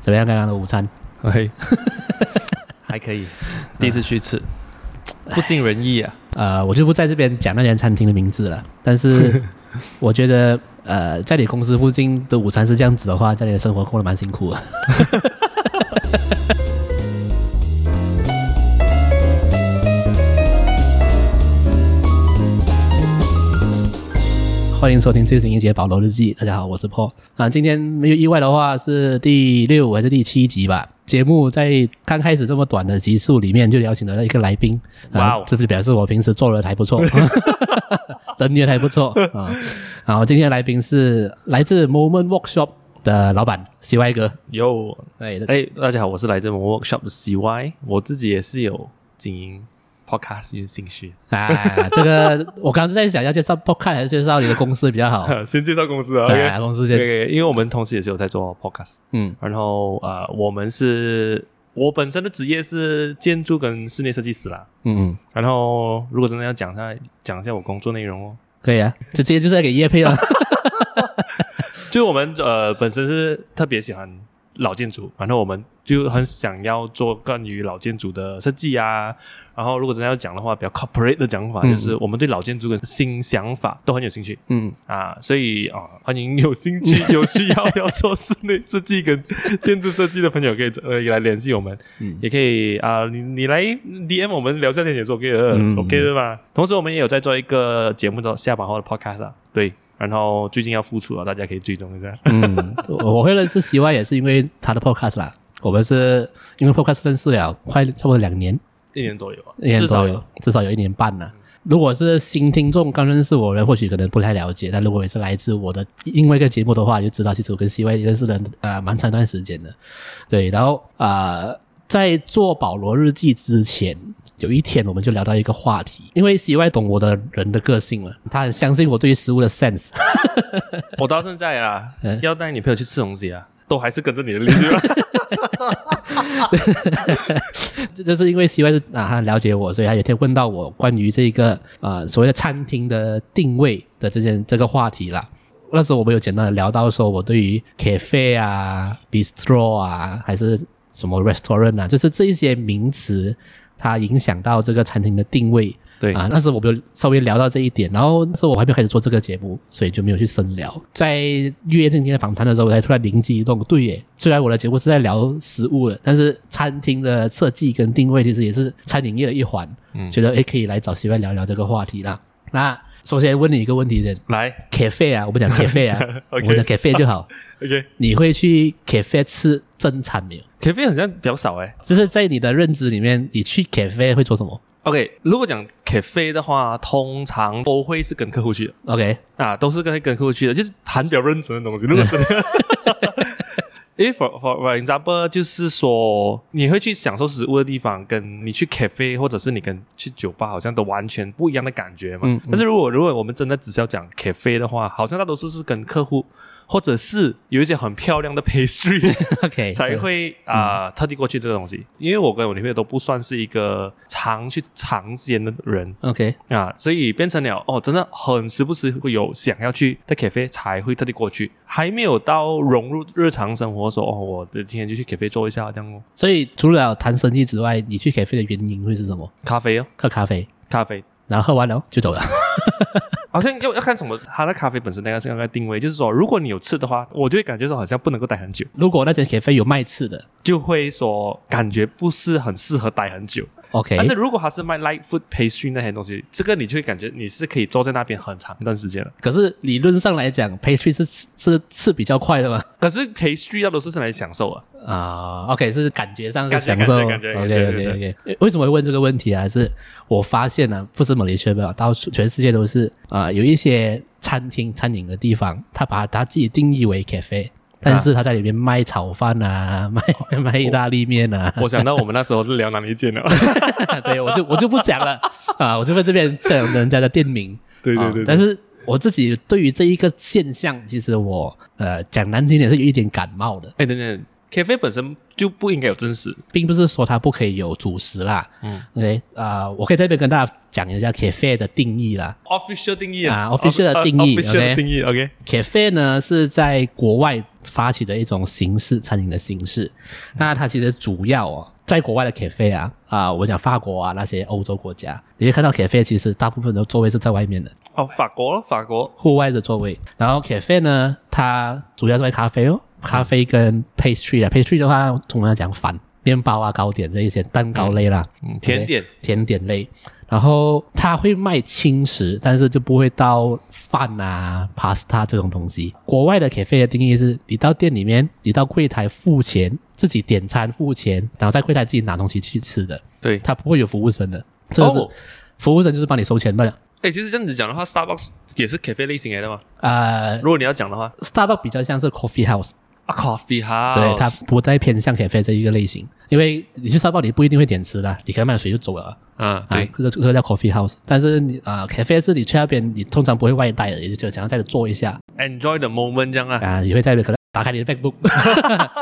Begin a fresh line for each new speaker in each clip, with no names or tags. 怎么样？刚刚的午餐？
哎， 还可 以，第一次去吃，不尽人意啊。
呃，我就不在这边讲那间餐厅的名字了。但是我觉得，呃，在你公司附近的午餐是这样子的话，在你的生活过得蛮辛苦的。 欢迎收听最新一节《保罗日记》，大家好，我是 Paul。啊，今天没有意外的话是第六还是第七集吧？节目在刚开始这么短的集数里面就邀请了一个来宾，
哇
啊
哦
这不是表示我平时做的还不错， 人缘还不错啊。然后今天的来宾是来自 Moment Workshop 的老板 CY 哥，
有，
对，
哎，大家好，我是来自我 workshop 的 CY，我自己也是有经营 podcast 的兴趣。
啊，这个我刚刚在想要介绍 Podcast 还是介绍你的公司比较 好？
先介绍公司啊
对啊，公司这，
对对，因为我们同时也是有在做 podcast，
嗯
然后呃，我们是我本身的职业是建筑跟室内设计师啦。
嗯嗯，
然后如果真的要讲一下讲一下我工作内容哦，
可以啊，这直接就是在给叶配了。
就我们呃本身是特别喜欢老建筑，然后我们就很想要做关于老建筑的设计啊。然后如果真的要讲的话，比较 corporate 的讲法，
嗯
就是我们对老建筑跟新想法都很有兴趣
嗯，
啊，所以啊、欢迎有兴趣、 有需要要做室内设计跟建筑设计的朋友，可以呃来联系我们，
嗯
也可以啊、你你来 DM 我们聊下天也是 OK 的、
嗯
o k 的嘛。同时，我们也有在做一个节目的下班后的 podcast 啊，对，然后最近要复出了，啊大家可以追踪一下。
嗯，我我会认识 CY 也是因为他的 podcast 啦。我们是因为 podcast 认识了快差不多两年，
一年多有啊，
一年
至少
多有，至少有一年半了。如果是新听众刚认识我的人，或许可能不太了解。但如果也是来自我的另外一个节目的话，就知道其实我跟 CY 认识了呃蛮长一段时间的。对，然后呃，在做保罗日记之前，有一天我们就聊到一个话题，因为 CY 懂我的人的个性了，他很相信我对于食物的 sense，
我到现在啊
嗯，
要带女朋友去吃东西啊，都还是跟着你的邻 居啊。
这就是因为 CY 是啊，他了解我，所以他有一天问到我关于这个呃所谓的餐厅的定位的这件这个话题啦。那时候我们有简单的聊到说，我对于 cafe 啊、bistro 啊，还是什么 restaurant 啊，就是这一些名词，它影响到这个餐厅的定位。
对
啊，那时候我们有稍微聊到这一点，然后那时候我还没有开始做这个节目，所以就没有去深聊。在约今天的访谈的时候，我才突然灵机一动，对耶，虽然我的节目是在聊食物的，但是餐厅的设计跟定位其实也是餐饮业的一环，
嗯
觉得诶可以来找西外聊聊这个话题啦。那首先问你一个问题先
来
，cafe 啊，我们讲 cafe 啊我
OK
们讲 cafe 就好，
，OK，cafe
你会去 cafe 吃正餐没有？
好像比较少哎、
就是在你的认知里面，你去 cafe 会做什么
OK，如果讲 cafe 的话，通常都会是跟客户去的
？OK，
啊，都是跟跟客户去的，就是谈比较认真的东西。如果真的， 因为 for for for example，就是说你会去享受食物的地方，跟你去 cafe 或者是你跟去酒吧，好像都完全不一样的感觉嘛。
嗯嗯
但是如果如果我们真的只是要讲 cafe 的话，好像大多数是跟客户，或者是有一些很漂亮的 pastry。
OK，
才会啊、特地过去这个东西，因为我跟我女朋友都不算是一个常去尝鲜的人
OK，
啊，所以变成了哦，真的很时不时会有想要去在 cafe 才会特地过去，还没有到融入日常生活说哦，我今天就去 cafe 做一下这样哦，
所以除了谈生意之外，你去 cafe 的原因会是什么？
咖啡哦，
喝咖啡，
咖啡。
然后喝完了就走了。
好像要要看什么，它的咖啡本身那个是那个定位，就是说，如果你有吃的话，我就会感觉说好像不能够待很久，
如果那间 cafe 有卖吃的
就会说感觉不是很适合待很久。
，OK，
但是如果他是卖 light food 培训那些东西，这个你就会感觉你是可以坐在那边很长一段时间了。
可是理论上来讲，pastry 是是是比较快的嘛？
可是培训大多数是来享受 啊，
啊、o k 是感觉上是
感觉
享受
感觉感觉
OK
对对
OK OK。为什么会问这个问题啊？是我发现呢、不是马来西亚吧，到处全世界都是啊、呃有一些餐厅、餐饮的地方，他把他自己定义为 cafe，但
啊
是他在里面卖炒饭啊，卖 卖意大利面啊。
我想到我们那时候是聊哪里 见了，
对，我就我就不讲了啊，我就在这边讲人家的店名。
对对
啊
对对
但是我自己对于这一个现象，其实我呃讲难听点是有一点感冒的。
哎，等等， cafe 本身就不应该有真实，
并不是说它不可以有主食啦。
嗯
，OK，啊、我可以这边跟大家讲一下 cafe 的定义啦。
official 定义
啊，official 的定义
official 的
OK
定义，OK，
cafe 呢是在国外发起的一种形式，餐饮的形式。那它其实主要哦，在国外的 cafe 啊啊、我讲法国啊那些欧洲国家，你会看到 cafe 其实大部分的座位是在外面的
哦，法国咯，法国，
户外的座位。然后 cafe 呢，它主要是卖咖啡哦，咖啡跟 pastry 啊，pastry 的话，通常讲反面包啊、糕点这一些蛋糕类啦。
嗯，甜点，
甜点类，然后它会卖轻食，但是就不会到饭啊、pasta 这种东西。国外的 cafe 的定义是，你到店里面，你到柜台付钱，自己点餐付钱，然后在柜台自己拿东西去吃的，
对，
它不会有服务生的。这个是、
哦
服务生就是帮你收钱罢了。
哎，其实这样子讲的话，Starbucks 也是 cafe 类型来的嘛。
呃
如果你要讲的话
，Starbucks 比较像是 coffee house，
啊，coffee house，
对，它不再偏向 cafe 这一个类型，因为你去 Starbucks 你不一定会点吃的，你可以买水就走了。
嗯，
啊
对，，
这个这个叫 coffee house，但是你啊、c a f e 是你去那边，你通常不会外带的，也就想要在这里坐一下
enjoy the moment 这样啊。
啊、也会在那边可能打开你的 MacBook，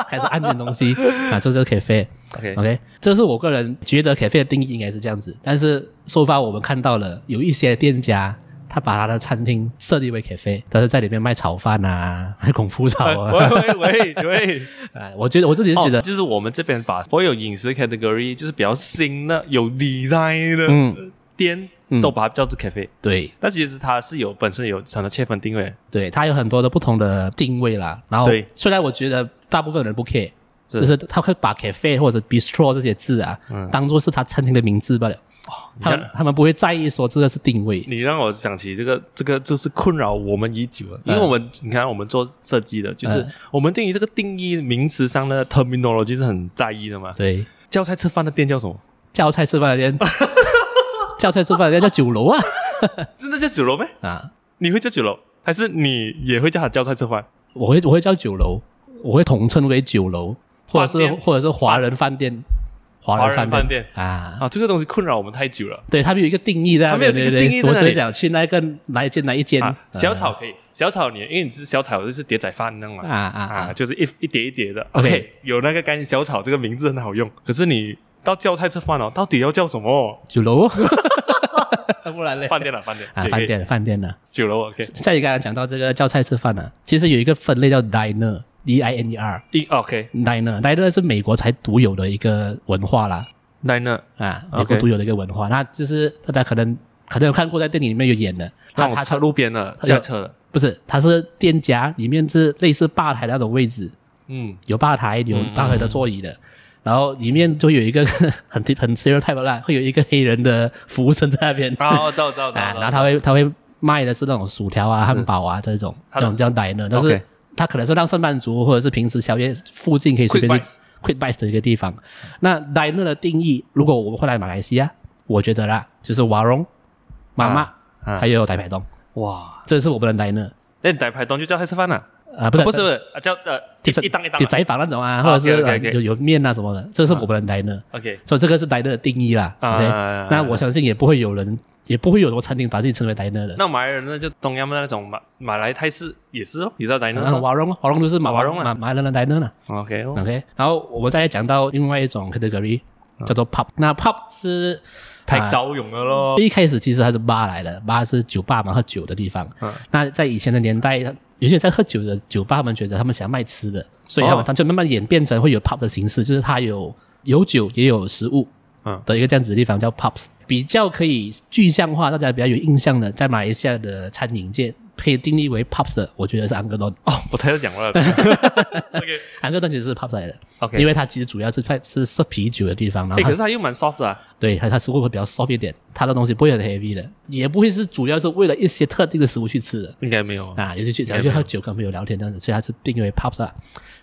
开始按点东西啊，这就是 cafe。
OK，
OK，这是我个人觉得 cafe 的定义应该是这样子，但是收发我们看到了有一些店家。他把他的餐厅设立为 cafe，但是在里面卖炒饭啊，卖功夫炒
哎
啊，
喂喂喂喂，
啊，我觉得我自己是觉得
哦，就是我们这边把所有饮食 category 就是比较新的、有 design 的
嗯
店，
嗯
都把它叫做 cafe。
对，
但其实它是有本身有很多切分定位，
对，它有很多的不同的定位啦。然后
对，
虽然我觉得大部分人不 care，
是嗯
就是他会把 cafe 或者 bistro 这些字啊，当做是他餐厅的名字罢了。哦
你
他
看
们他们不会在意说这个是定位。
你让我想起这个，这个这是困扰我们已久了，因为
嗯
我们、你看我们做设计的，就是
嗯
我们对于这个定义名词上的 terminology 是很在意的嘛。
对，
教菜吃饭的店叫什么？
叫菜吃饭的 店，叫菜吃饭的店叫酒楼啊
真的叫酒楼咩？
啊！
你会叫酒楼，还是你也会叫它教菜吃饭？
我会我会叫酒楼，我会统称为酒楼，或者
饭
是
店
或者是华人饭店，华人
华人
饭
饭
店
店
啊。
啊，这个东西困扰我们太久了。
对，他们有一个定义在那
他们有
边，对
一个
对
定义
对，
在
我
那
只是
里
想去那一个哪一间哪一间
啊，小炒可以，小炒你因为你是小炒就是碟仔饭那样嘛，
啊啊啊
啊，！就是一一碟一碟的。哎
OK
有那个干小炒这个名字很好用，可是你到教菜吃饭哦，到底要叫什 么？
酒楼，不然嘞
饭店了，饭店
啊，
可以
饭，
可以
店饭店呢？
酒楼 OK，
像你刚才讲到这个叫菜吃饭呢、其实有一个分类叫 diner，d i n e r
一 OK。
diner，diner 是美国才独有的一个文化啦，
Diner
啊，美
OK
国独有的一个文化。那就是大家可能可能有看过，在电影里面有演的，那
让我
他
车
他
路边了，
他
下车了。
不是，他是店家里面是类似吧台那种位置，
嗯，
有吧台，有
嗯
吧台的座椅的。然后里面就有一个 很很 stereotype 啦，会有一个黑人的服务生在那 边，
啊，我知道，我知道，我知
啊，
道
然后他会他会卖的是那种薯条啊、汉堡啊这种
他
这
的
种叫 diner，但是
OK
他可能是让上班族或者是平时宵夜附近可以随
Quick
便去
bites
quick bites 的一个地方。那 diner 的定义，如果我们会来马来西亚，我觉得啦，就是瓦隆、妈妈、
啊
还有台北东，
哇，
这是我们的 diner
那你打排档就叫黑吃饭了？
啊，不是
不是不是，啊叫呃
碟仔
一档一档
碟
啊。
仔饭那种啊，
啊
或者是啊
OK，OK，OK
有有面啊什么的，这是我们的 diner。
OK，
所以这个是 diner 的定义啦。
啊
OK，
啊啊啊
那我相信也不会有人，也不会有什么餐厅把自己称为 diner 的。
那马来人呢，就东亚的那种马马来泰式也是哦，也叫
然后
Diner。
瓦隆，瓦隆就是马
瓦隆啊
马马来人的 diner 啦。
OK，哦
啊 OK，然后我们再讲到另外一种 category 叫做 pub，那 pub 是
嗯
啊
太招用了咯。
一开始其实它是 bar 来的，bar 是酒吧嘛，喝酒的地方。
嗯
那在以前的年代，有些在喝酒的酒吧，他们觉得他们想卖吃的，所以他们
哦
它就慢慢演变成会有 pub 的形式，就是它有有酒也有食物
嗯
的一个这样子的地方叫 pubs，比较可以具象化，大家比较有印象的，在马来西亚的餐饮界可以定义为 pubs 的，我觉得是安哥顿，
哦，我才要 讲了。OK
安哥顿其实是 pub 来的。
OK，
因
为
为它其实主要是在是是啤酒的地方，然后
哎，
它
可是它又蛮 soft 的啊。
对它它食物会比较 soft 一点，它的东西不会很 heavy 的，也不会是主要是为了一些特定的食物去吃的
应该没有啊。
啊，尤其去
没有
想去喝酒跟朋友聊天这样子，所以它是定义为 pubs 啊。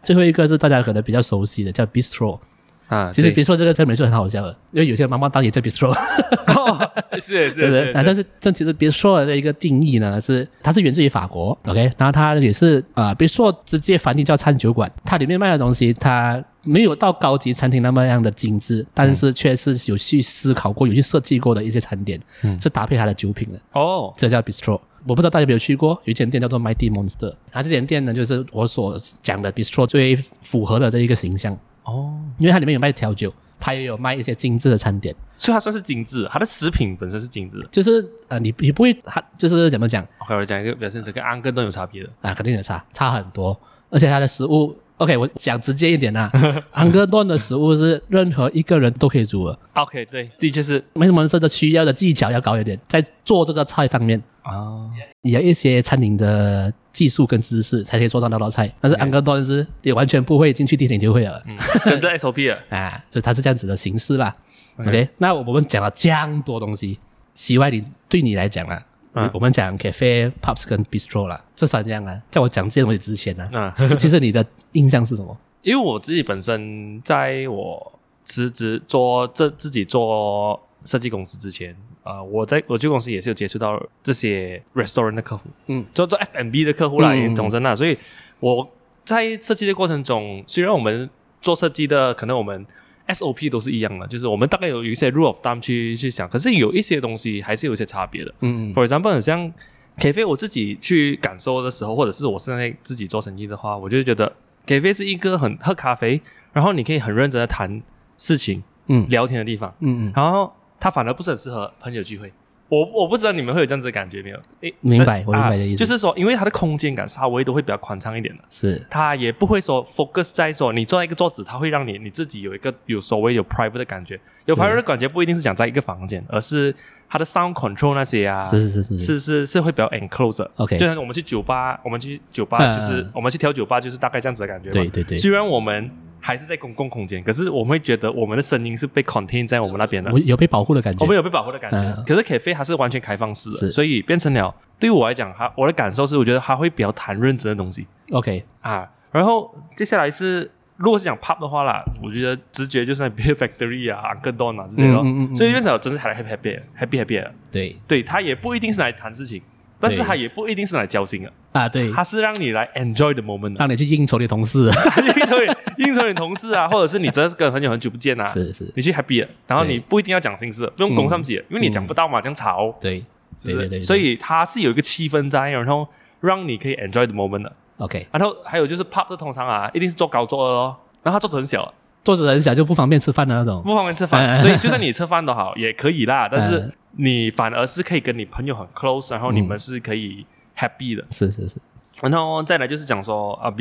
最后一个是大家可能比较熟悉的叫 bistro，
啊，
其实
对
bistro 这个称名是很好笑的，因为有些妈妈档也叫 bistro，
哦 是是
对
是
不对？
是
啊，但是这其实 bistro 的一个定义呢是它是源自于法国，OK，然后它也是啊 bistro 直接翻译叫餐酒馆，它里面卖的东西它没有到高级餐厅那么样的精致，但是却是有去思考过、有去设计过的一些餐点，
嗯
是搭配它的酒品的。
哦，
这叫 bistro。我不知道大家有没有去过，有一间店叫做 Mighty Monster，它这间店呢，就是我所讲的 bistro 最符合的这一个形象，
哦，
因为它里面有卖调酒，它也有卖一些精致的餐点，
所以它算是精致，它的食品本身是精致的。
就是呃，你你不会，它就是怎么讲
OK，我讲一个比较现实，跟安根顿有差别的。
啊，肯定有差，差很多，而且它的食物。OK，我讲直接一点啊，安哥顿的食物是任何一个人都可以煮的，
OK，对，的确是
没什么这个需要的技巧要高一点，在做这个菜方面，
啊，
你要一些餐饮的技术跟知识才可以做到那道菜。但是安哥顿是你完全不会进去地铁就会了、
跟 着 SOP 啊。
啊，所以它是这样子的形式啦。
OK
OK，, 那我们讲了这样多东西，洗外你对你来讲啦。
嗯
我们讲 cafe、pubs 跟 bistro 啦，这三样啊，在我讲这些东西之前啊呢、
嗯
其实你的印象是什么？
因为我自己本身在我辞职做这自己做设计公司之前，啊，我在我旧公司也是有接触到这些 restaurant 的客户，
嗯，
做做 F&B 的客户啦，
嗯
也懂真啦，所以我在设计的过程中，虽然我们做设计的可能我们 SOP 都是一样的，就是我们大概有有一些 rule of thumb 去去想，可是有一些东西还是有一些差别的。
嗯
For example，很像 K 啡，我自己去感受的时候，或者是我现在自己做生意的话，我就觉得 K 啡是一个很喝咖啡，然后你可以很认真的谈事情、
嗯
聊天的地方，
嗯嗯，
然后它反而不是很适合朋友聚会。我我不知道你们会有这样子的感觉没有？诶
明白
那啊
我明白你的意思
就是说，因为它的空间感稍微都会比较宽敞一点的，
是
它也不会说 focus 在说你坐在一个桌子，它会让你你自己有一个有所谓有 private 的感觉。有 private 的感觉不一定是讲在一个房间，而是它的 sound control 那些啊，
是是是是
是是是会比较 enclose 的。
OK
就像我们去酒吧，我们去酒吧
嗯
就是、我们去挑酒吧，就是大概这样子的感觉嘛。
对对对
虽然我们还是在公共空间，可是我们会觉得我们的声音是被 contain 在我们那边的
我。有被保护的感觉
我。们有被保护的感觉，
嗯
可是 cafe 它是完全开放式的，
是
所以变成了对于我来讲，它我的感受是，我觉得它会比较谈认真的东西
OK，
啊。然后接下来是，如果是讲 pub 的话啦，我觉得直觉就是那 Beer Factory 啊、Uncle Don 啊这些咯，
嗯嗯嗯嗯
所以变成了真是还来 happy happy happy happy 了。
对
对他也不一定是来谈事情，但是
对
他也不一定是来交心的，
啊，对，
他是让你来 enjoy the moment 的，
让你去应酬你同事，
应酬你应酬你同 事啊，或者是你真的是跟很久很久不见啊，
是是，
你去 happy 了，然后
对
你不一定要讲心事的，不用攻上己的，因为你讲不到嘛，这样吵，
对
是
对
不
对
是？
对，
所以他是有一个气氛在，然后让你可以 enjoy the moment 的。
OK，
然后还有就是 pub 的通常啊，一定是坐高桌的咯，然后他桌子很小，
桌子很小就不方便吃饭的那种。
不方便吃饭，
嗯
所以就算你吃饭都好也可以啦，但是
嗯
你反而是可以跟你朋友很 close，然后你们是可以 happy 的。
是是是，
然后再来就是讲说啊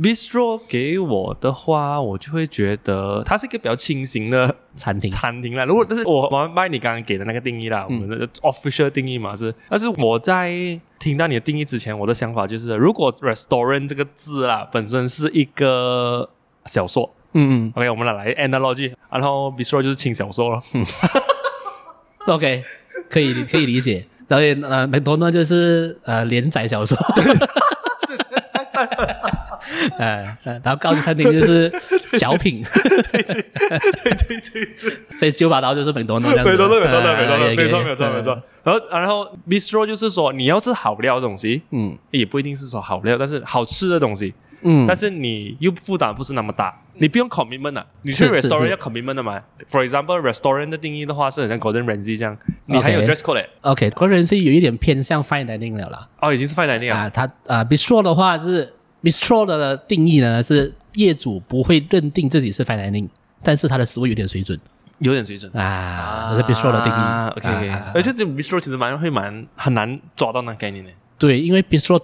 ，bistro，bistro 给我的话，我就会觉得它是一个比较轻型的
餐厅
餐厅啦。如果但是我我卖你刚刚给的那个定义啦，我们的 official 定义嘛是，但是我在听到你的定义之前，我的想法就是，如果 restaurant 这个字啦本身是一个小说
嗯
，OK，我们拿来 analogy，然后 bistro 就是轻小说了。
嗯，OK，可以可以理解。 然后呃，美多呢就是呃连载小 说，呃，呃然后高级餐厅就是小品，
对对对对。
所以九把刀就是美多诺 这样子。
对，都是没错，
呃
没错，没错，没错，没。
呃
错。然后，然后 bistro 就是说，你要吃好料的东西，
嗯
也不一定是说好料，但是好吃的东西，
嗯，
但是你又负担不是那么大，你不用 commitment 啊。你去
是是
restaurant
是
要 commitment 的嘛？For example, restaurant 的定义的话是很像 Golden Ramsy 这样，你
OK
还有 dress code 嘞
OK，个人是有一点偏向 fine dining 了啦。
哦，已经是 fine dining 啊。
啊，它啊，bistro 的话是 bistro 的定义呢是业主不会认定自己是 fine dining，但是它的食物有点水准
有点水准。
啊，这是 bistro 的定义。
OK OK，
啊
而且哎这 bistro 其实蛮会蛮很难抓到那个概念的。
对，因为 bistro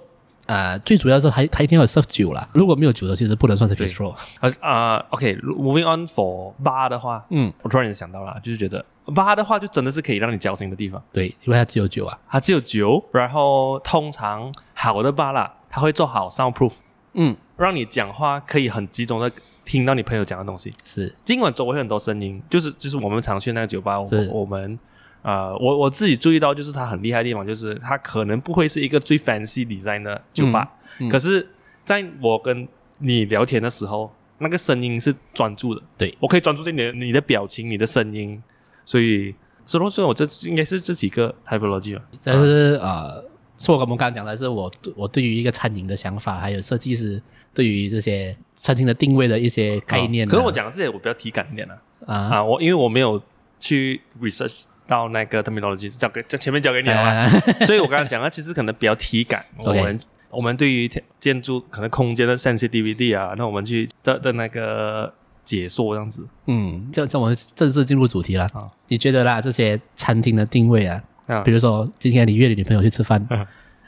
啊，最主要是还它一定要有 serve 酒啦，如果没有酒的，其实不能算是
对
bistro。
而啊，OK，moving on for bar 的话，
嗯，
我突然想到了，就是觉得 bar 的话就真的是可以让你交心的地方。
对，因为它只有酒啊。
它只有酒，然后通常好的吧啦，它会做好 soundproof，
嗯，
让你讲话可以很集中的听到你朋友讲的东西。
是
尽管周围很多声音，就是就是我们常去那个酒吧，我
是
我们呃，我我自己注意到，就是它很厉害的地方，就是它可能不会是一个最 fancy design 的酒吧，
嗯
可是在我跟你聊天的时候，那个声音是专注的，
对
我可以专注在你的你的表情、你的声音，所以所以我说我这应该是这几个 typology 了。
但是啊、呃所以我们刚刚讲的是我我对于一个餐饮的想法，还有设计师对于这些餐厅的定位的一些概念、啊。
可是我讲的这些我比较体感一点啊，
啊，
啊，我因为我没有去 research 到那个 terminology，交给这前面交给你好吧？
啊
所以我刚刚讲啊，其实可能比较体感，我
OK
们我们对于建筑可能空间的 sensitivity 啊，那我们去的的那个解说这样子
嗯，这这我们正式进入主题了
好。
你觉得啦，这些餐厅的定位啊，
啊
比，如说今天你约你女朋友去吃饭
嗯，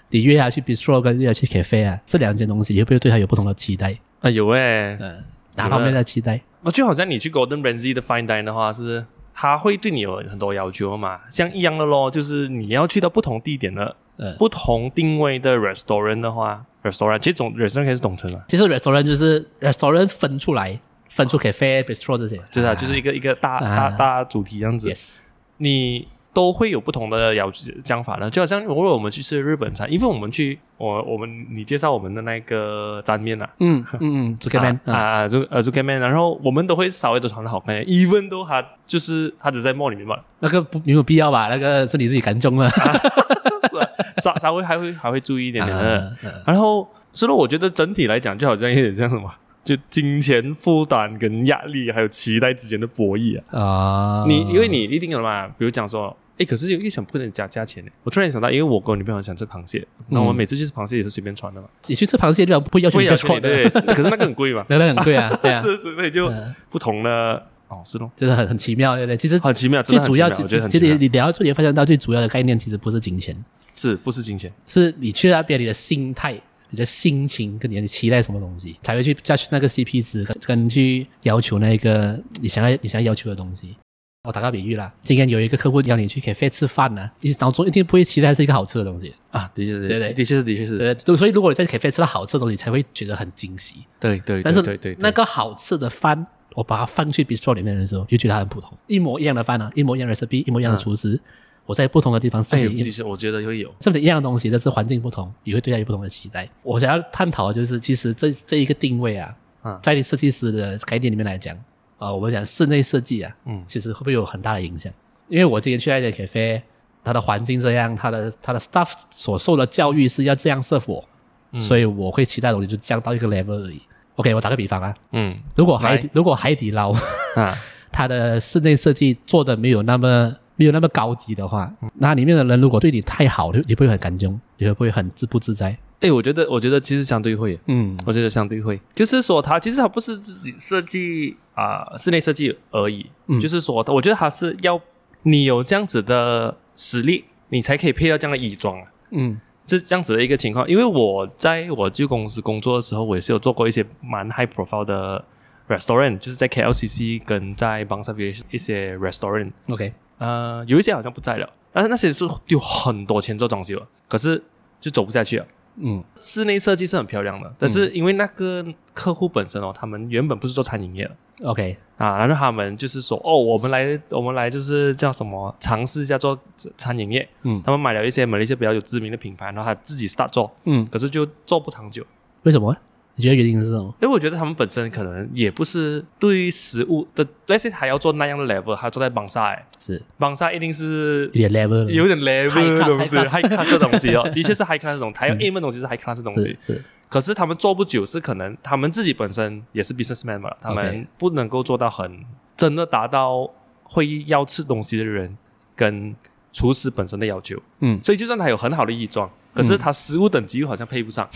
你约她去 bistro 跟约她去 cafe 啊，这两件东西，你会不会对她有不同的期待？
啊有哎、
嗯，哪方面的期待？
我就好像你去 Golden Ramsy 的 Fine Dine 的话是。他会对你有很多要求嘛，像一样的咯，就是你要去到不同地点的、
嗯
不同定位的 restaurant 的话，restaurant 其实总 restaurant 可以是总称啊，
其实 restaurant 就是 restaurant 分出来，分出 cafe、bistro 这些，
就是啊，就是一个一个大大
啊
大主题这样子。
yes，
你都会有不同的要讲法的。就好像如果我们去吃日本餐，因为我们去我我们你介绍我们的那个沾面啊。
嗯嗯嗯 z u c k m a
啊
n
啊，就呃 z u k m a n 然后我们都会稍微都尝的好看一点，even 都他就是他只在 mall 里面嘛，
那个不没有必要吧？那个是你自己敢中了，
是啊稍稍微还会还会注意一点点的。
啊啊
然后，所以我觉得整体来讲，就好像有点像什么，就金钱负担跟压力还有期待之间的博弈啊。
啊
你因为你一定有嘛，比如讲说，哎，可是又又想不能加价钱呢。我突然想到，因为我跟我女朋友很想吃螃蟹，那我们每次去吃螃蟹也是随便穿的 嘛，
你去吃螃蟹料不会要求
不
你
要
cash
钱
code 的，，
对，是可是那个很贵嘛
那个很贵 啊， 对啊，
是是，所以就
嗯
不同的哦，是咯，
就是很很奇妙，对不对？其实
很奇妙，真
最
的很
主
奇
要，
妙
其
我觉得
实
很
其
奇
实
妙，
你聊到这里，发现到最主要的概念其实不是金钱，
是不是金钱？
是你去那边你的心态、你的心情跟你的期待什么东西，才会去 judge 那个 CP 值，跟跟去要求那个你想要你想要要求的东西。我打个比喻啦，今天有一个客户邀你去 cafe 吃饭呢、你当中一定不会期待是一个好吃的东西，
啊，的确是，
对对
的确是，的确是，
对不对？所以如果你在 cafe 吃到好吃的东西，才会觉得很惊喜。
对对，
但是
对对对
那个好吃的饭，我把它放去 bistro 里面的时候，就觉得它很普通，一模一样的饭啊，一模一样的 recipe，一模一样的厨师，我在不同的地方设
嗯哎，
计
的确我觉得会有，
甚至一样的东西，但是环境不同，也会对它有不同的期待。我想要探讨的就是，其实这这一个定位啊，
嗯
在设计师的概念里面来讲，啊、我们讲室内设计啊，
嗯
其实会不会有很大的影响？因为我之前去那间 cafe，它的环境这样，它的它的 staff 所受的教育是要这样 serve 我，
嗯
所以我会期待的东西就降到一个 level 而已。OK，我打个比方啊，
嗯
如果海底
来
如果海底捞
啊，
它的室内设计做的没有那么没有那么高级的话，那里面的人如果对你太好，你你会很感动，你会不会很自不自在？
哎，我觉得我觉得其实相对会，
嗯
我觉得相对会，就是说它其实它不是自己设计啊、室内设计而已，
嗯
就是说它，我觉得它是要你有这样子的实力，你才可以配到这样的衣装啊，
嗯
是这样子的一个情况。因为我在我旧公司工作的时候，我也是有做过一些蛮 high profile 的 restaurant，就是在 KLCC 跟在 Bangsa Village 一些 restaurant，
，OK，
呃，有一些好像不在了，但是那些是丢很多钱做装修了，可是就走不下去了。
嗯
室内设计是很漂亮的，但是因为那个客户本身哦，他们原本不是做餐饮业的
，OK，
啊，然后他们就是说哦，我们来，我们来就是叫什么，尝试一下做餐饮业。
嗯
他们买了一些马来西亚比较有知名的品牌，然后他自己 start 做，
嗯，
可是就做不长久，
为什么？你觉得原因是什么？
因为我觉得他们本身可能也不是对于食物的那些还要做那样的 level，还要做在邦萨，
是
邦萨一定是
有点 level，
有点 level 的
class，
东西
high
，high class 的东西 哦，的确是 high class 的东西，还有 aim 的东西是 high class 的东西
是。是
可是他们做不久，是可能他们自己本身也是 businessman 嘛，他们
OK
不能够做到很真的达到会要吃东西的人跟厨师本身的要求。
嗯
所以就算他有很好的衣装，可是他食物等级又好像配不上，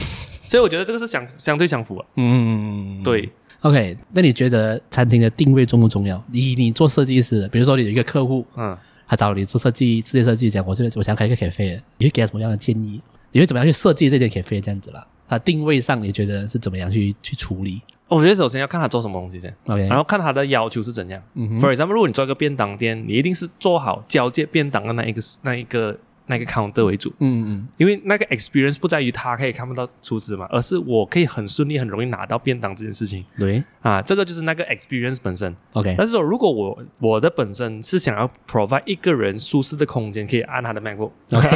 所以我觉得这个是相相对相符啊。
嗯，
对，
，OK，那你觉得餐厅的定位重不重要？以你做设计师的，比如说你有一个客户，
嗯，
他找你做设计、室内设计，讲我这边我想开一个 cafe，你会给他什么样的建议？你会怎么样去设计这间 cafe 这样子啦？它定位上你觉得是怎么样去去处理
我觉得首先要看他做什么东西先，
？OK，
然后看他的要求是怎样。
嗯哼
For example，如果你做一个便当店，你一定是做好交接便当的那一个那一个那一个 counter 为主。
嗯
因为那个 experience 不在于他可以看不到厨师嘛，而是我可以很顺利、很容易拿到便当这件事情
嗯，对
啊，这个就是那个 experience 本身。
，OK，
但是说，如果我我的本身是想要 provide 一个人舒适的空间，可以按他的 MacBook，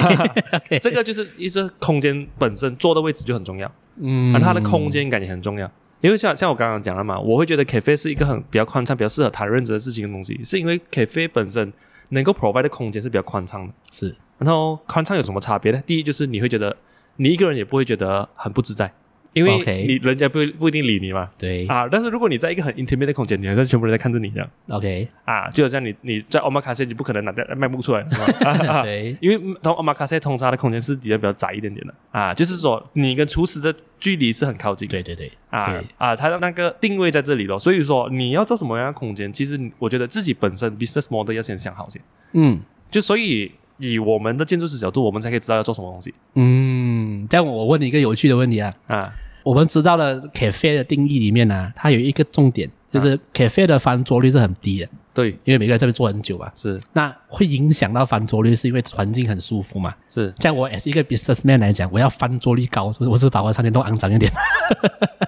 OK，
这个就是一个空间本身坐的位置就很重要，
嗯
而它的空间感也很重要。因为像像我刚刚讲了嘛，我会觉得 cafe 是一个很比较宽敞、比较适合谈认知的事情的东西，是因为 cafe 本身能够 provide 的空间是比较宽敞的。
是
然后宽敞有什么差别呢？第一就是你会觉得你一个人也不会觉得很不自在，因为
OK
你人家不不一定理你嘛。
对
啊，但是如果你在一个很 intimate 的空间，你好像全部人在看着你这样
，OK，
啊，就好像你你在 omakase 你不可能拿掉 MacBook 出来，是吧啊啊
对
因为通 omakase 通常它的空间是比较比较窄一点点的啊，就是说你跟厨师的距离是很靠近的，
对对对
啊
对
啊，它的那个定位在这里咯。所以说你要做什么样的空间，其实你我觉得自己本身 business model 要先想好先。
嗯
就所以以我们的建筑师角度，我们才可以知道要做什么东西
嗯，这样我问你一个有趣的问题啊，
啊。
我们知道了 cafe 的定义里面呢、啊它有一个重点，就是 cafe 的翻桌率是很低的，
对，
因为每个人在这边坐很久嘛。
是
那会影响到翻桌率，是因为环境很舒服嘛？
是，
像我 as 一个 businessman 来讲，我要翻桌率高，就是我是把我的餐厅弄肮脏一点。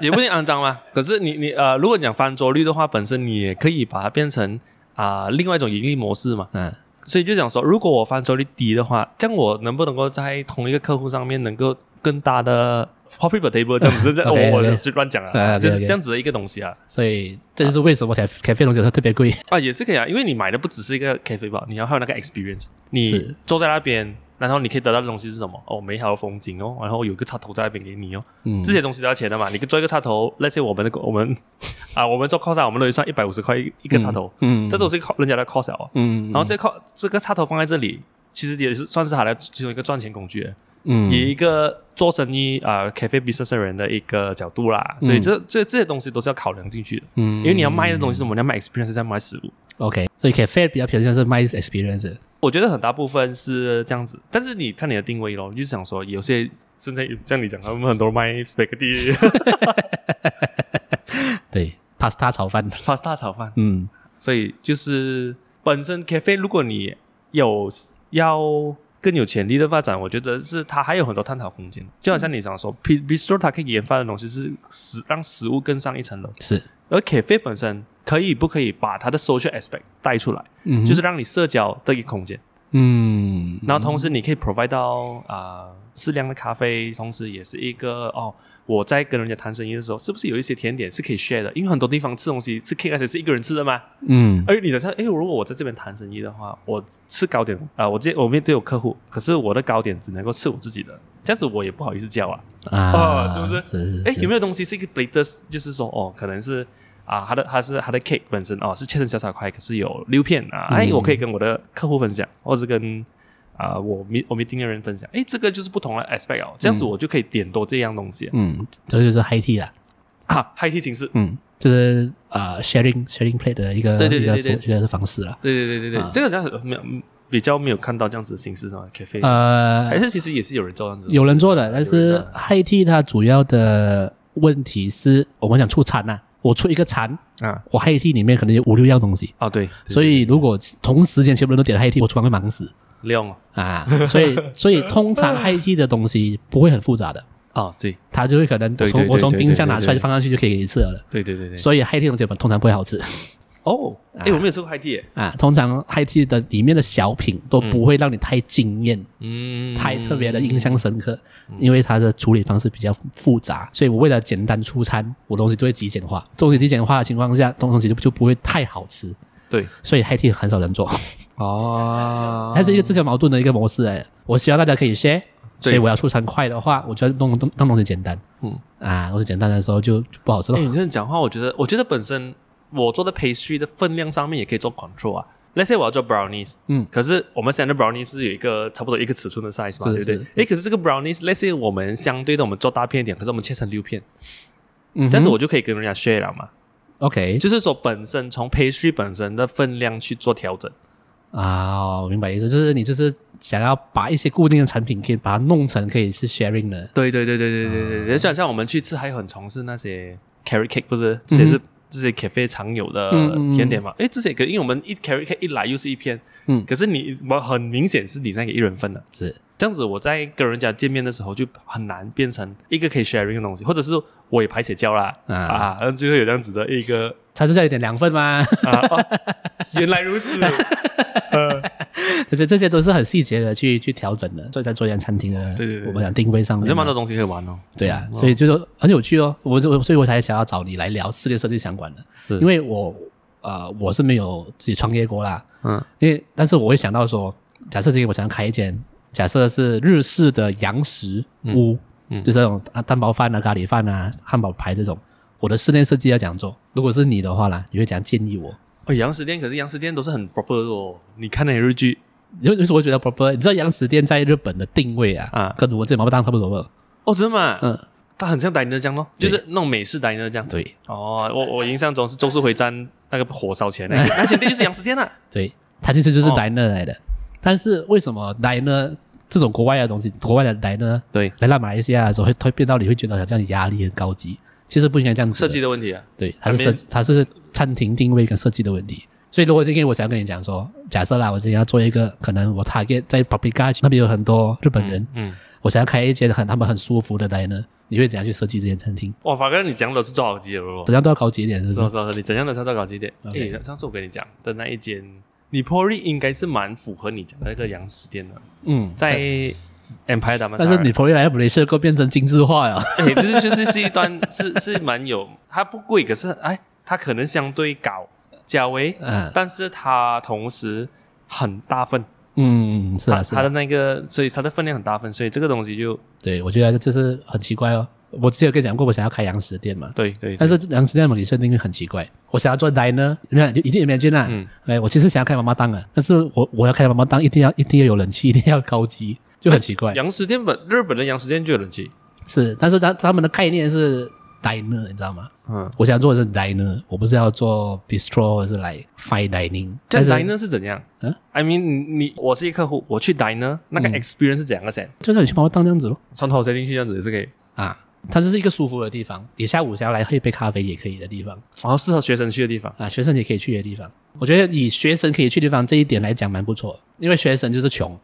也不一定肮脏嘛。可是你你呃，如果你讲翻桌率的话，本身你也可以把它变成啊、另外一种盈利模式嘛。
嗯，
所以就想说，如果我翻桌率低的话，这样我能不能够在同一个客户上面能够更大的 profit per table 这样子？ 这
OK，OK
我我是乱讲啊，
啊
就是
OK，OK
这样子的一个东西啊。
所以这就是为什么 cafe cafe 东西特别贵。
啊，也是可以啊，因为你买的不只是一个 cafe 吧，你要还有那个 experience。你
是
坐在那边，然后你可以得到的东西是什么？哦，美好的风景哦，然后有一个插头在那边给你哦，
嗯
这些东西都要钱的嘛。你做一个插头，那些我们的我们 啊，我们做 cost 啊，我们都会算一百五十块一一个插头，
嗯
这都是 cost- 人家的 cost 了哦。
嗯，
然后这 cost 这个插头放在这里，其实也是算是他的其中一个赚钱工具了。
嗯
以一个做生意啊、呃、cafe business 的人的一个角度啦，所以这这这些东西都是要考量进去的。
嗯
因为你要卖的东西是什么？你要卖 experience，再卖食物。
OK，所以 cafe 比较偏向是卖 experience。
我觉得很大部分是这样子，但是你看你的定位咯，就是想说有些现在像你讲，他们很多卖 spaghetti
对，pasta 炒饭。
pasta 炒饭，
嗯
所以就是本身 cafe 如果你有要更有潜力的发展，我觉得是它还有很多探讨空间。就好像你想说 b i s t r o 它可以研发的东西是食让食物更上一层楼，
是，
而 cafe 本身可以不可以把它的 social aspect 带出来，
嗯
就是让你社交的一个空间。
嗯，
然后同时你可以 provide 到啊、呃适量的咖啡，同时也是一个哦，我在跟人家谈生意的时候，是不是有一些甜点是可以 share 的？因为很多地方吃东西吃 cake 而且是一个人吃的嘛。
嗯
而你想象，哎，如果我在这边谈生意的话，我吃糕点啊、我这我面对有客户，可是我的糕点只能够吃我自己的，这样子我也不好意思叫啊。
啊，
是不是
是是，
哎，
是
有没有东西是一个 platter，就是说哦，可能是啊，它的它是它的 cake 本身哦是切成小小块，可是有六片啊，
嗯
哎、我可以跟我的客户分享，或者跟啊、我 meet 我 meeting 的人分享，哎，这个就是不同的 aspect 哦，这样子我就可以点多这样东西、
嗯，这就是 high tea 啦。
啊，high tea 形式。
嗯，就是呃 sharing sharing plate 的一个
对对对对
一个一个方式啦。
对对对对对，
啊
这个好像没有比较没有看到这样子的形式上 cafe，、
呃
还，是其实也是有人做这样子的东西，
有人做的，但
有人
是
的
high tea 它主要的问题是我们想出餐呐、我出一个餐，
啊
我 high tea 里面可能有五六样东西，
啊对，
所以如果同时间全部人都点 high tea，我厨房会忙死
量哦
啊。所 以所以通常 high tea 的东西不会很复杂的。
啊对
它就会可能
对对
从
对
我从
对对
冰箱拿
对
出来
对
就放上去就可以给你吃了的，
对对对对，
所以 high tea 的东西通常不会好吃。
哦，哎、我没有吃过 high tea，耶
啊，通常 high tea 的里面的小品都不会让你太惊艳、
嗯，
太特别的印象深刻，因为它的处理方式比较复杂，所以我为了简单出餐，我东西都会极简化。东西极简化的情况下，东西就就不会太好吃，
对
所以 high tea 很少人做，
哦
它是一个自相矛盾的一个模式哎。我希望大家可以 share，所以
对
我要出餐快的话，我就要弄东让东西简单。
嗯
啊，东西简单的时候就就不好吃了
哎、。你这样讲话，我觉得，我觉得本身我做的 pastry 的分量上面也可以做 control 啊。Let's say 我要做 brownies，
嗯
可是我们 standard brownies 是有一个差不多一个尺寸的 size 嘛，
是
对不对
是？
哎，可是这个 brownies，let's say 我们相对的我们做大片一点，可是我们切成六片，
嗯哼，
这样子我就可以跟人家 share 了嘛。
OK
就是说本身从 pastry 本身的分量去做调整，
啊，我明白意思，就是你就是想要把一些固定的产品可以把它弄成可以是 sharing 的，
对对对对对对对
啊
对，就好像我们去吃还有很从事那些 carrot cake，不是这些是、这些 cafe 常有的
嗯嗯嗯嗯
甜点嘛？诶，这些可因为我们一 carrot cake 一来又是一片，
嗯
可是你我很明显是你在给一人分的，
是
这样子我在跟人家见面的时候就很难变成一个可以 sharing 的东西，或者是我也排写交啦、
啊
啊，然后就会有这样子的一个
它就叫你点两份嘛，
啊、哦原来如此，
这些这些都是很细节的去去调整的，所以在做一家餐厅的，
对对对
我们讲定位上
有这
面
么
嘛，
多东西可以玩哦，
对啊，所以就说很有趣哦，我就所以我才想要找你来聊室内设计相关的，
是
因为我呃我是没有自己创业过啦，
嗯
因为但是我会想到说，假设今天我想要开一间假设是日式的洋食屋，
嗯
就是那种啊蛋包饭啊、咖喱饭啊、汉堡排这种，我的室内设计要怎样做？如果是你的话啦，你会怎样建议我？
哦，洋食店可是洋食店都是很 proper 的哦。你看那些日剧
有有时候我觉得 proper，你知道洋食店在日本的定位啊，
啊
跟我这麻婆汤差不多吧？
哦，真的吗？
嗯，
它很像 diner 酱咯，就是那种美式 diner 酱。
对
哦，我我印象中是《咒术回战》那个火烧钱 那个，那间店就是洋食店啊。
对，它其实就是
哦
diner 来的。但是为什么 diner 这种国外的东西，国外的 diner
对，
来到马来西亚的时候会会变到你会觉得好像压力很高级？其实不应该这样子
设
的。
计的问题啊。
对，它是设计，它是餐厅定位跟设计的问题。所以如果今天我想跟你讲说，假设啦，我今天要做一个，可能我 target 在 Paprika 那边有很多日本人，
嗯，
我想要开一间很他们很舒服的 diner，你会怎样去设计这间餐厅？
哇，反正你讲的是做好基的哦。
怎样都要高级一点，是
是
不
哦
是？
是哦是哦，你怎样的才做搞基点？哎
OK
上次我跟你讲的那一间，你 p o r i 应该是蛮符合你讲的那个洋食店的，
嗯，
在
对。
Empire 他们。
但是你朋友来不雷社够变成精致化了，
哎，就是就是是一段是是蛮有，它不贵，可是哎，它可能相对高价位，
嗯
但是它同时很大份，
嗯，是啊，
它
是
它
啊
的，那个，所以它的分量很大份，所以这个东西就
对，我觉得就是很奇怪哦。我之前有跟你讲过，我想要开洋食店嘛，
对对，
但是洋食店的理设定很奇怪。我想要做 diner，你看，一定没进啊。
嗯
哎，我其实想要开妈妈档啊，但是我我要开妈妈档，一定要一定要有冷气，一定要高级，就很奇 怪。
洋食店本日本的洋食店就有人气，
是，但是他他们的概念是 diner，你知道吗？
嗯，
我想做的是 diner，我不是要做 bistro 或者是来 fine dining，但
这
是
diner 是怎样？
嗯
嗯，I mean 你你我是一客户，我去 diner 那个
嗯
experience 是怎样的噻？
就像你去妈妈档这样子咯。
穿头塞进去这样子也是可以，
啊，它就是一个舒服的地方，你下午想要来喝一杯咖啡也可以的地方
然后适合学生去的地方。
啊，学生也可以去的地方。我觉得以学生可以去的地方这一点来讲蛮不错，因为学生就是穷，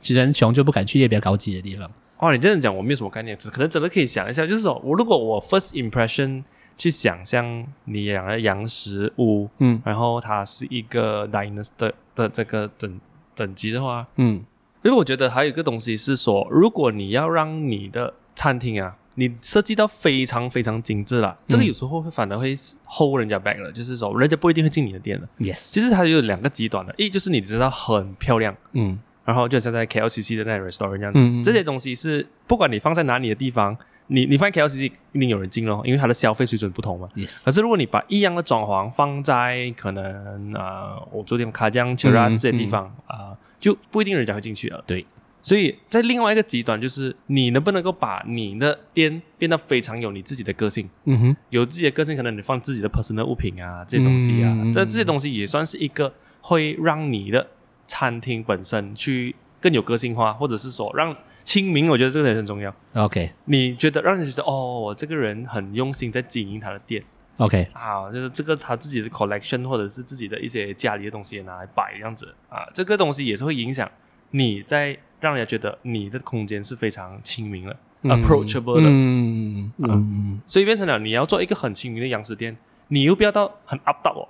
其实人穷就不敢去一些比较高级的地方。
哦，你这样讲我没有什么概念，只可能真的可以想一下，就是说我如果我 first impression 去想象你养的洋食屋，
嗯
然后它是一个 diner 的的这个等等级的话，
嗯
因为我觉得还有一个东西是说，如果你要让你的餐厅啊，你设计到非常非常精致啦，这个有时候会反而会 hold 人家 back 了，就是说人家不一定会进你的店的。
，yes，
其实它有两个极端的，一就是你知道很漂亮，
嗯
然后就像在 KLCC 的那个 restaurant 这样子，
嗯嗯嗯
这些东西是不管你放在哪里的地方，你你放在 KLCC 一定有人进咯，因为它的消费水准不同嘛。
，yes，
可是如果你把一样的装潢放在可能啊、呃，我昨天卡江、切拉
嗯
这些地方啊、就不一定人家会进去了。
对，
所以在另外一个极端就是，你能不能够把你的店变得非常有你自己的个性，
嗯哼，
有自己的个性，可能你放自己的 personal 物品啊，这些东西啊，
嗯
这这些东西也算是一个会让你的餐厅本身去更有个性化，或者是说让亲民，我觉得这个也很重要。
，OK
你觉得让人觉得哦，我这个人很用心在经营他的店
OK，
啊，就是这个他自己的 collection 或者是自己的一些家里的东西也拿来摆这样子啊，这个东西也是会影响你在让人家觉得你的空间是非常亲民了、approachable 的，
嗯嗯嗯
所以变成了你要做一个很亲民的洋食店，你又不要到很 up 到哦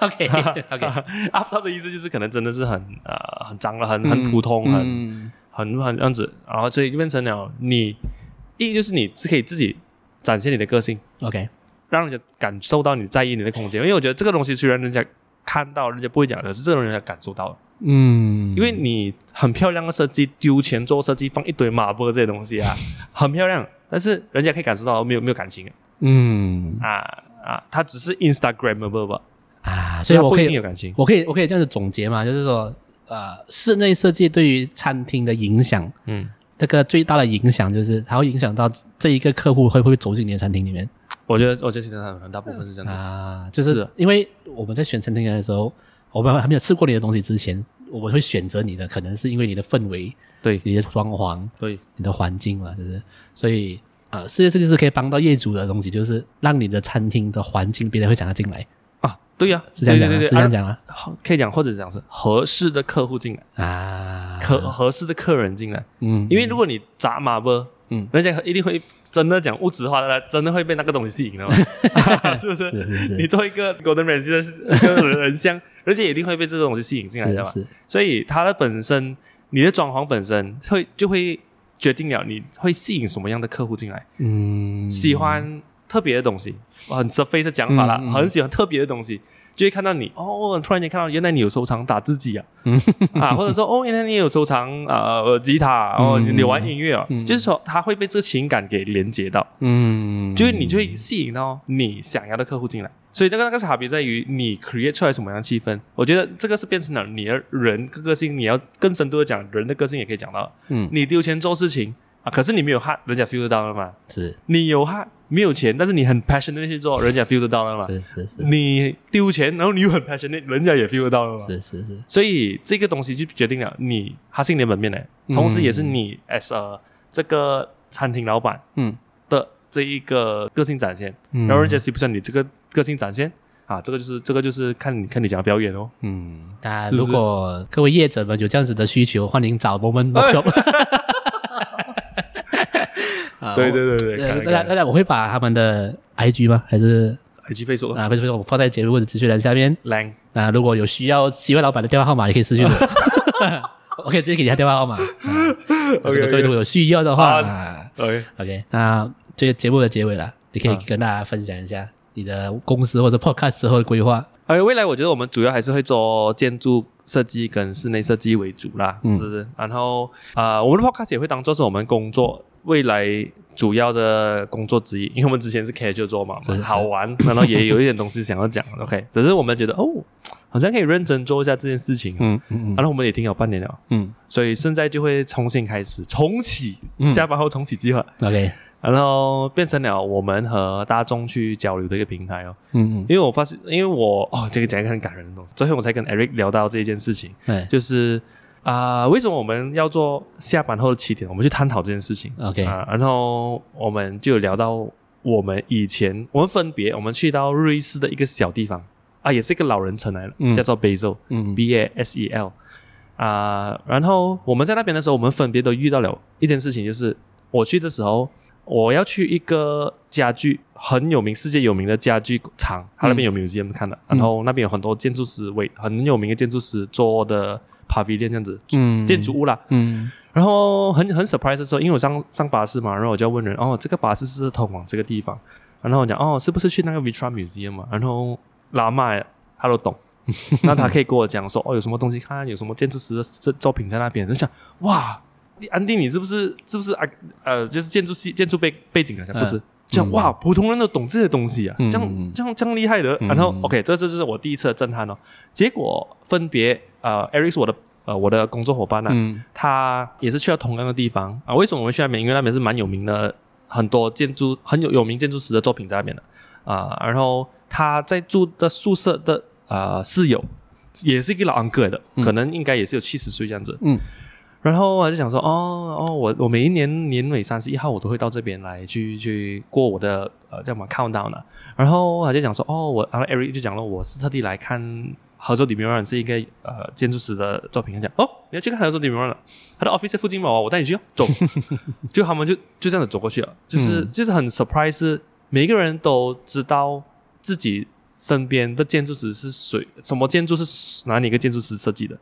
，OK OK，
，up 到的意思就是可能真的是很呃很脏了，很很普
嗯
通，很很很这样子，然后所以就变成了你一就是你是可以自己展现你的个性，
OK，
让人家感受到你在意你的空间，因为我觉得这个东西虽然人家。看到人家不会讲，可是这种人家感受到了，
嗯，
因为你很漂亮的设计，丢钱做设计，放一堆马波这些东西啊，很漂亮，但是人家可以感受到没有没有感情啊
嗯
啊啊，它只是 Instagramable 吧，
啊，所
所
以
以它
我
不
可
一
以
定有感情。
我可以我可以这样子总结嘛，就是说，呃，室内设计对于餐厅的影响，
嗯，
这个最大的影响就是它会影响到这一个客户会不会走进你的餐厅里面
我觉得我觉得其实很很大部分是这样子。
啊，就是
是
因为我们在选餐厅的时候，我们还没有吃过你的东西之前，我们会选择你的，可能是因为你的氛围、
对
你的装潢、
对，
你的环境嘛，就是所以。呃，室内设计师可以帮到业主的东西，就是让你的餐厅的环境，别人会想要进来，
啊，对呀、
是这样
对
讲吗？
对对对，
是这样讲吗？
啊好可以讲或者讲是合适的客户进来，
啊，
可合适的客人进来，
嗯，
因为如果你砸马波，
嗯，
人家一定会真的讲物质化的，真的会被那个东西吸引 的嘛，是不是？
是是是
你做一个 Golden r a n g 的一个人像，人家一定会被这个东西吸引进来的嘛。
是是
所以它的本身，你的装潢本身会就会决定了你会吸引什么样的客户进来。
嗯，
喜欢特别的东西，很 surface 的讲法啦，
嗯嗯
很喜欢特别的东西，就会看到你哦，突然间看到原来你有收藏打字机啊，
嗯
啊，或者说哦，原来你有收藏啊、呃、吉他，哦，
嗯
你玩音乐啊，
嗯
就是说他会被这情感给连接到，
嗯，
就是你就会吸引到你想要的客户进来。所以这个那个差别在于你 create 出来什么样的气氛，我觉得这个是变成了你的人个个性，你要更深度的讲人的个性也可以讲到，
嗯
你丢钱做事情啊，可是你没有 heart，人家 feel 得到了嘛，
是
你有 heart 没有钱，但是你很 passionate 去做，人家 feel 得到了嘛，
是是是
你丢钱，然后你又很 passionate，人家也 feel 得到了嘛，
是是是，
所以这个东西就决定了你哈信联本面呢，同时也是你 as a 这个餐厅老板
嗯
的这一个个性展现，
嗯
然后人家喜不喜欢你这个个性展现啊，这个就是这个就是看你看你讲表演哦。
嗯，那
是不
如
是
果各位业者们有这样子的需求，欢迎找我
哎
们 workshop。啊
对对对对，
呃，
看
大家
看
大家，我会把他们的 IG 吗？还是
IG Facebook
啊，不是不是，我放在节目的资讯栏下面。
lang
那、如果有需要，希望老板的电话号码也可以私 信我，我可以直接给他电话号码。啊
OK，OK
各位如果有需要的话、
啊
啊、
OK
，OK，那这个节目的结尾了，你可以
啊
跟大家分享一下你的公司或者 podcast 之后的规划。
还哎有未来，我觉得我们主要还是会做建筑设计跟室内设计为主啦，
嗯
是不是？然后啊、呃我们的 podcast 也会当做是我们工作未来主要的工作之一，因为我们之前是 casual 做嘛
是是，
好 玩，然后也有一点东西想要讲，OK。只是我们觉得哦，好像可以认真做一下这件事情，
嗯嗯
然后我们也听了半年了，
嗯
所以现在就会重新开始重启，
嗯
下班后重启计划，
嗯，OK，
然后变成了我们和大众去交流的一个平台哦。
嗯嗯，
因为我发现，因为我哦，这个讲一个很感人的东西。昨天我才跟 Eric 聊到这件事情，
哎
就是啊、为什么我们要做下班后的起点？我们去探讨这件事情。
，OK，
啊、然后我们就聊到我们以前，我们分别我们去到瑞士的一个小地方啊，也是一个老人城来了，
嗯
叫做 Basel，
嗯
B A S E L 啊、然后我们在那边的时候，我们分别都遇到了一件事情，就是我去的时候，我要去一个家具很有名、世界有名的家具厂，它那边有 museum 看的，然后那边有很多建筑师为很有名的建筑师做的 pavilion 这样子，
嗯
建筑物啦。
嗯
然后很很 surprise 的时候，因为我上上巴士嘛，然后我就要问人，哦，这个巴士是通往这个地方，然后我讲，哦，是不是去那个 Vitra Museum 啊？然后拉麦他都懂， 那他可以跟我讲说，哦，有什么东西看，有什么建筑师的这作品在那边，就讲，哇，你安迪你是不是是不是啊？呃，就是建筑系建筑背背景啊？
嗯
不是。这样哇，普通人都懂这些东西啊，
嗯
这样这样这样厉害的。然后
嗯
OK，这这就是我第一次的震撼哦。结果分别呃，Eric 是我的呃我的工作伙伴啊，
嗯
他也是去到同样的地方啊。为什么我们去那边？因为那边是蛮有名的，很多建筑很有有名建筑师的作品在那边的啊。然后他在住的宿舍的呃室友也是一个老安哥的，可能应该也是有七十岁这样子。
嗯
然后我就想说，哦哦，我我每一年年尾三十一号我都会到这边来去去过我的呃叫什么 countdown 啊。然后我就讲说，哦，我然后 Eric 就讲了，我是特地来看合州里面人是一个呃建筑师的作品。他讲，哦，你要去看合州里面人了，啊他的 office 在附近嘛，我带你去哦，走。 就他们就就这样子走过去了，就是、就是很 surprise，是每一个人都知道自己身边的建筑师是谁，什么建筑是哪里一个建筑师设计的，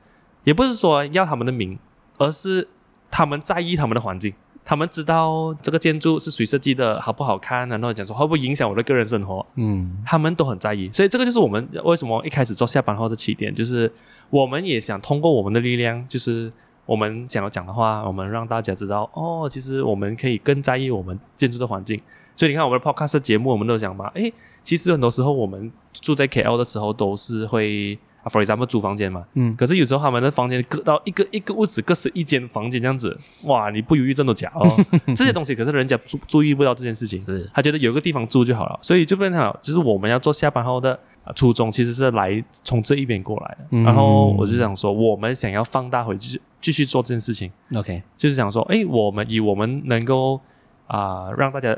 也不是说要他们的名，而是他们在意他们的环境。他们知道这个建筑是谁设计的，好不好看，然后讲说会不会影响我的个人生活，
嗯
他们都很在意，所以这个就是我们为什么一开始做下班后的起点，就是我们也想通过我们的力量，就是我们想要讲的话，我们让大家知道哦，其实我们可以更在意我们建筑的环境。所以你看我们的 podcast 的节目，我们都讲嘛，诶，其实很多时候我们住在 KL 的时候都是会、啊、，for example 租房间嘛，
嗯
可是有时候他们的房间各到一个一个屋子各是一间房间这样子，哇，你不犹豫症都假 哦。这些东西可是人家注注意不到这件事情，
是
他觉得有一个地方住就好了，所以就变成了就是我们要做下班后的呃初衷其实是来从这一边过来的。
嗯
然后我就想说，我们想要放大回去继续做这件事情，
，OK，
就是想说，哎，我们以我们能够啊、让大家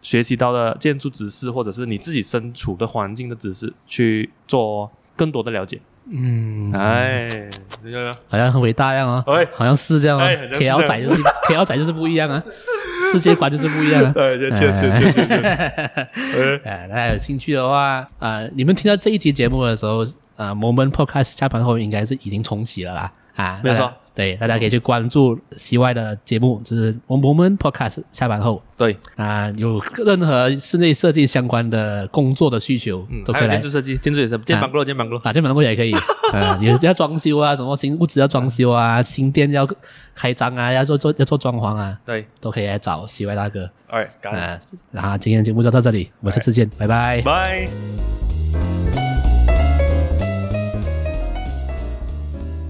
学习到的建筑知识，或者是你自己身处的环境的知识，去做更多的了解。
嗯，
哎，
好像很伟大一样哦，
喂，
好像是这样哦
哎好像是这样
，KL 仔 就是 KL 仔就是不一样啊，世界观就是不一样 啊。
对，就哎 确实确实确实，哎
哎， 大家有兴趣的话，啊、你们听到这一集节目的时候，啊、呃、，Moment Podcast 下班后应该是已经重启了啦，啊，
没有错
大家对，大家可以去关注 CY 的节目，就是我们我们 Podcast 下班后
对，
啊、有任何室内设计相关的工作的需求，
嗯，
都
还
可以
有
来
建筑设计，建筑也是建 bungalow，建 bungalow，
啊，这本来我也可以，啊，也要装修啊，什么新屋子要装修啊，新店要开张啊，要做做要做装潢啊，
对
都可以来找 CY 大哥
哎
呃
，alright，got
啊。那今天的节目就到这里，我们下次见，拜拜
it，bye。